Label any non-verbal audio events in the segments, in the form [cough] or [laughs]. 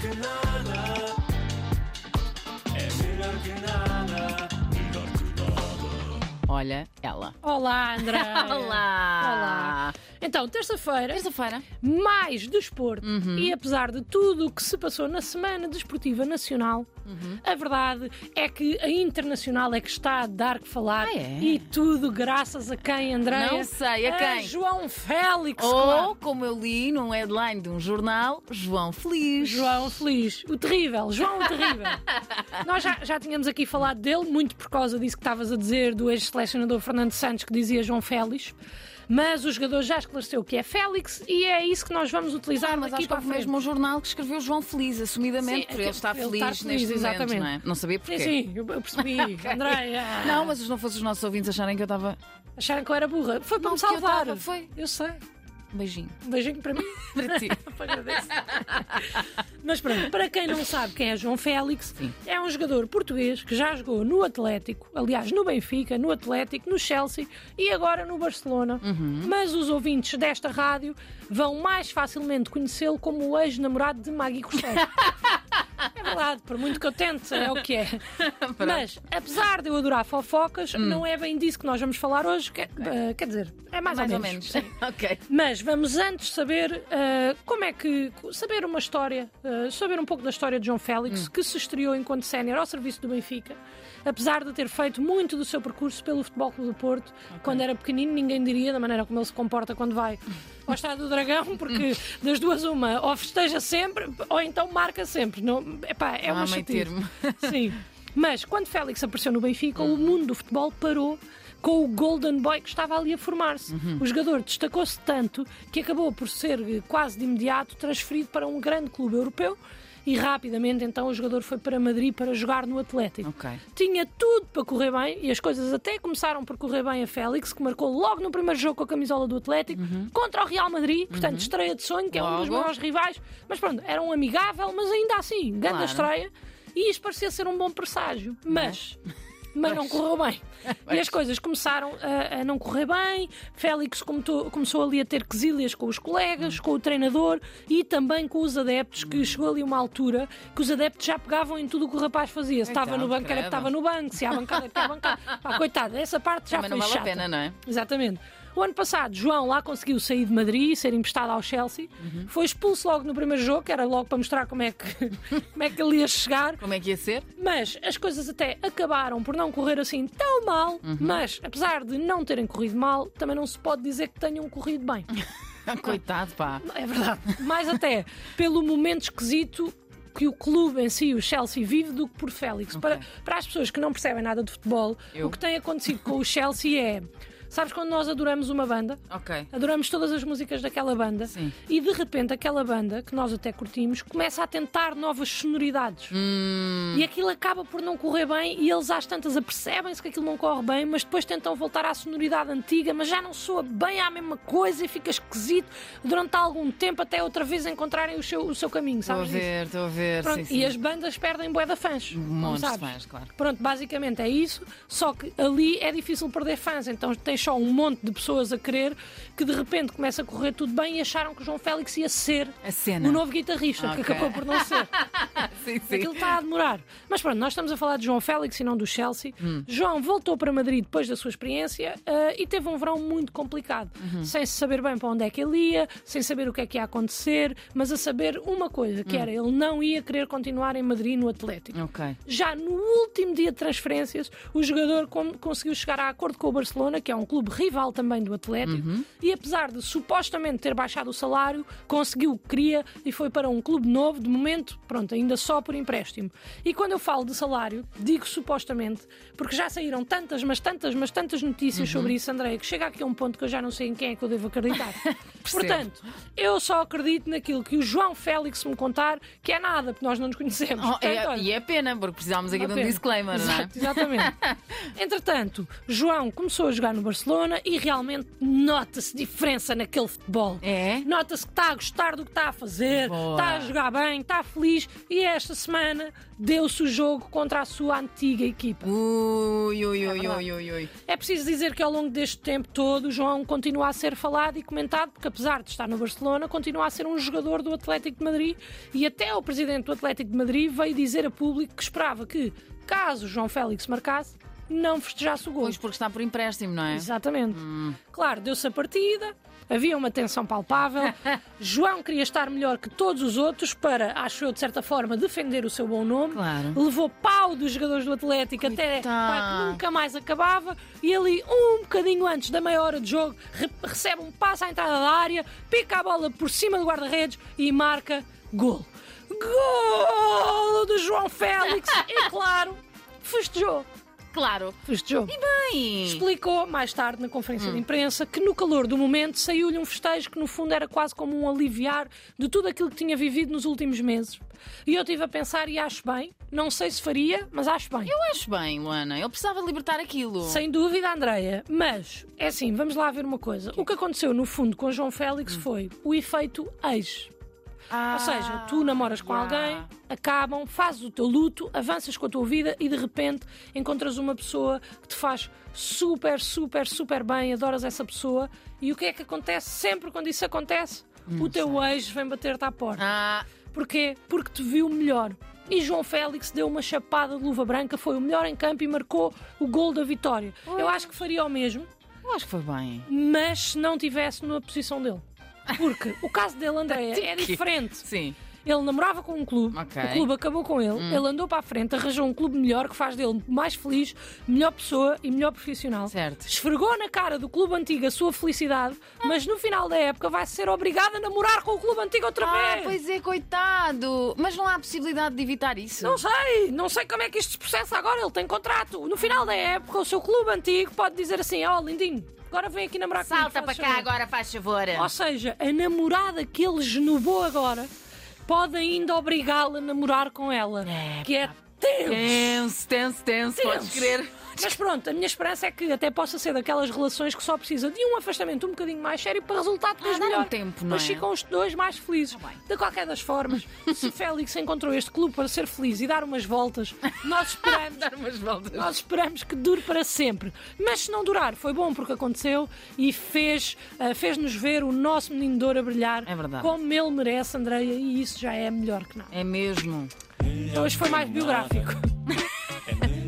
que nada. É melhor que nada. Melhor que nada. Olha, ela. Olá, André. [laughs] Olá! Olá. Então, terça-feira, Terça-feira. mais desporto. Uhum. E apesar de tudo o que se passou na Semana Desportiva Nacional, Uhum. a verdade é que a internacional é que está a dar que falar. Ah, é? E tudo graças a quem, André? Não sei, a quem? João Félix, Ou, claro. como eu li num headline de um jornal, João Feliz. Ah, João Feliz, o terrível, João o [laughs] terrível. Nós já, já tínhamos aqui falado dele, muito por causa disso que estavas a dizer, do ex-selecionador Fernando Santos, que dizia João Félix. Mas o jogador já esclareceu que é Félix e é isso que nós vamos utilizar Ah, mas acho daqui que para a houve frente. mesmo um jornal que escreveu João Feliz, assumidamente, Sim, por ele estar ele feliz está neste feliz, momento, exatamente. não é? Não sabia porquê. Sim, sim, eu [laughs] eu percebi. André, ah, Não, mas não fossem os nossos ouvintes acharem que eu estava. acharam que eu era burra. Foi para Não, me porque eu salvar. estava, foi. Eu sei. Um [laughs] beijinho Um beijinho para mim. [laughs] para ti. Agradeço. [laughs] Mas pronto, para quem não sabe quem é João Félix, Sim. é um jogador português que já jogou no Atlético, aliás, no Benfica, no Atlético, no Chelsea e agora no Barcelona. Uhum. Mas os ouvintes desta rádio vão mais facilmente conhecê-lo como o ex-namorado de [laughs] Magui Costeiro. É verdade, por muito que eu tente, é o [laughs] que é. Mas, apesar de eu adorar Hum. fofocas, não é bem disso que nós vamos falar hoje. que- eh, quer dizer, é mais, Mais ou ou menos. menos. sim. [laughs] ok. Mas vamos antes saber ah, como é que. saber uma história, ah, saber um pouco da história de João Félix, Hum. que se estreou enquanto sénior ao serviço do Benfica, apesar de ter feito muito do seu percurso pelo Futebol Clube do Porto. Quando era pequenino, ninguém diria da maneira como ele se comporta quando [laughs] vai ao Estádio do Dragão, porque Hum. das duas, uma, ou festeja sempre, ou então marca sempre. Não, epá, é Não há uma meio chatice. termo. [laughs] Sim. Mas quando Félix apareceu no Benfica, o mundo do futebol parou com o Golden Boy que estava ali a formar-se. O jogador destacou-se tanto que acabou por ser eh, quase de imediato transferido para um grande clube europeu e rapidamente então o jogador foi para Madrid para jogar no Atlético. Ok. Tinha tudo para correr bem e as coisas até começaram por correr bem a Félix, que marcou logo no primeiro jogo com a camisola do Atlético contra o Real Madrid, portanto, estreia de sonho, que é um dos Uhum. Logo. maiores rivais. Mas pronto, era um amigável, mas ainda assim, grande Claro. estreia. E isto parecia ser um bom presságio, é? mas. Mas não correu [laughs] bem. E as coisas começaram a, a não correr bem. Félix cometou- começou ali a ter quesilhas com os colegas, com o treinador e também com os adeptos, que chegou ali uma altura que os adeptos já pegavam em tudo o que o rapaz fazia. Se estava Então, no banco, era que credo. estava no banco, se ia à bancada, era que ia [laughs] à bancada. Pá, coitado, essa parte já Também foi não vale chata. a pena, não é? Exatamente. O ano passado, João lá conseguiu sair de Madrid, ser emprestado ao Chelsea. Uhum. Foi expulso logo no primeiro jogo, que era logo para mostrar como é que, [laughs] como é que ele ia chegar. Como é que ia [laughs] ser? Mas as coisas até acabaram por não correr assim tão mal. Mas, apesar de não terem corrido mal, também não se pode dizer que tenham corrido bem. Coitado, pá. É verdade. Mais até pelo momento esquisito que o clube em si, o Chelsea, vive do que por Félix. Para, para as pessoas que não percebem nada de futebol, Eu. o que tem acontecido com o Chelsea é. Sabes quando nós adoramos uma banda? Ok. Adoramos todas as músicas daquela banda Sim. e de repente aquela banda, que nós até curtimos, começa a tentar novas sonoridades. Hum. E aquilo acaba por não correr bem e eles às tantas apercebem-se que aquilo não corre bem, mas depois tentam voltar à sonoridade antiga, mas já não soa bem à mesma coisa e fica esquisito durante algum tempo até outra vez encontrarem o seu, o seu caminho, Estou a sabes? disso? ver, estou a ver. Pronto, sim, E sim. as bandas perdem bué de fãs. Um como monte de sabes. fãs, claro. Pronto, basicamente é isso. Só que ali é difícil perder fãs, então tens só um monte de pessoas a querer que de repente começa a correr tudo bem e acharam que o João Félix ia ser A cena. o novo guitarrista, Ok. que acabou por não ser. [laughs] Sim, sim. Aquilo está a demorar. Mas pronto, nós estamos a falar de João Félix e não do Chelsea. Hum. João voltou para Madrid depois da sua experiência ah, e teve um verão muito complicado, Uhum. sem se saber bem para onde é que ele ia, sem saber o que é que ia acontecer, mas a saber uma coisa, Hum. que era ele não ia querer continuar em Madrid no Atlético. Ok. Já no último dia de transferências, o jogador com- conseguiu chegar a acordo com o Barcelona, que é um clube rival também do Atlético, Uhum. e apesar de supostamente ter baixado o salário, conseguiu o que queria e foi para um clube novo, de momento, pronto, ainda só por empréstimo. E quando eu falo de salário, digo supostamente, porque já saíram tantas, mas tantas, mas tantas notícias Uhum. sobre isso, André, que chega aqui a um ponto que eu já não sei em quem é que eu [laughs] devo acreditar. Portanto, eu só acredito naquilo que o João Félix me contar, que é nada, porque nós não nos conhecemos. Oh, é- Portanto, olha, e é pena, porque precisámos aqui de um [laughs] pena. disclaimer, não é? Exato, Exatamente. Entretanto, João começou a jogar no Barcelona e realmente nota-se diferença naquele futebol. É? Nota-se que está a gostar do que está a fazer, Boa. está a jogar bem, está feliz e esta semana deu-se o jogo contra a sua antiga equipa. Ui, ui, ui, verdade. ui, ui, ui. É preciso dizer que ao longo deste tempo todo, o João continua a ser falado e comentado, porque apesar de estar no Barcelona, continua a ser um jogador do Atlético de Madrid e até o presidente do Atlético de Madrid veio dizer a público que esperava que, caso o João Félix marcasse, não festejasse o gol. Pois porque está por empréstimo, não é? Exatamente. Claro, deu-se a partida, havia uma [laughs] tensão palpável. João queria estar melhor que todos os outros para, acho eu, de certa forma, defender o seu bom nome. Claro. Levou pau dos jogadores do Atlético até Coitado. pá, que nunca mais acabava. E ali, um bocadinho antes da meia hora de jogo, re- recebe um passo à entrada da área, pica a bola por cima do guarda-redes e marca gol. Golo do João Félix! e claro, festejou. Claro. Festejou. Bem. Explicou mais tarde na conferência Hum. de imprensa que no calor do momento saiu-lhe um festejo que no fundo era quase como um aliviar de tudo aquilo que tinha vivido nos últimos meses. E eu estive a pensar e acho bem, não sei se faria, mas acho bem. Eu acho bem, Luana. Ele precisava de libertar aquilo. Sem dúvida, Andreia. Mas é assim, vamos lá ver uma coisa. O que aconteceu no fundo com João Hum. Félix foi o efeito ex. Ah, Ou seja, tu namoras com já. alguém, acabam, fazes o teu luto, avanças com a tua vida e de repente encontras uma pessoa que te faz super, super, super bem, adoras essa pessoa. E o que é que acontece sempre quando isso acontece? o teu ex vem bater-te à porta. Hum, Ah, Porquê? Porque te viu melhor. E João Félix deu uma chapada de luva branca, foi o melhor em campo e marcou o gol da vitória. Eu acho que faria o mesmo, eu acho que foi bem. mas se não tivesse na posição dele. Porque o caso [laughs] dele, Andréia, é Tique. diferente. Sim. Ele namorava com um clube, Ok. Hum. o clube acabou com ele, ele andou para a frente, arranjou um clube melhor que faz dele mais feliz, melhor pessoa e melhor profissional. Certo. Esfregou na cara do clube antigo a sua felicidade, Ah. mas no final da época vai ser obrigado a namorar com o clube antigo outra Ah, vez. pois é, coitado. Mas não há possibilidade de evitar isso. Não sei, não sei como é que isto se processa agora, ele tem contrato. No final da época, o seu clube antigo pode dizer assim: Ó, Lindinho, agora vem aqui namorar comigo. Salta para faz cá favor." agora, faz favor. Ou seja, a namorada que ele esnobou agora pode ainda obrigá-la a namorar com ela. É, que é tenso. Tenso, tenso, tenso, podes Tenso. crer. Mas pronto, a minha esperança é que até possa ser daquelas relações que só precisa de um afastamento um bocadinho mais sério para resultar depois Ah, dá-lhe melhor. um tempo, não Mas é? ficam os dois mais felizes. Tá bem. de qualquer das formas, [laughs] se Félix encontrou este clube para ser feliz e dar umas voltas, [laughs] nós [laughs] esperamos Dar umas voltas. nós esperamos que dure para sempre. Mas se não durar, foi bom porque aconteceu e fez, ah, fez-nos ver o nosso menino Douro a brilhar É verdade. como ele merece, Andreia, e isso já é melhor que nada. É mesmo. Hoje foi mais biográfico.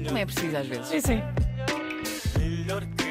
Não é preciso às vezes. Sim, sim. Melhor que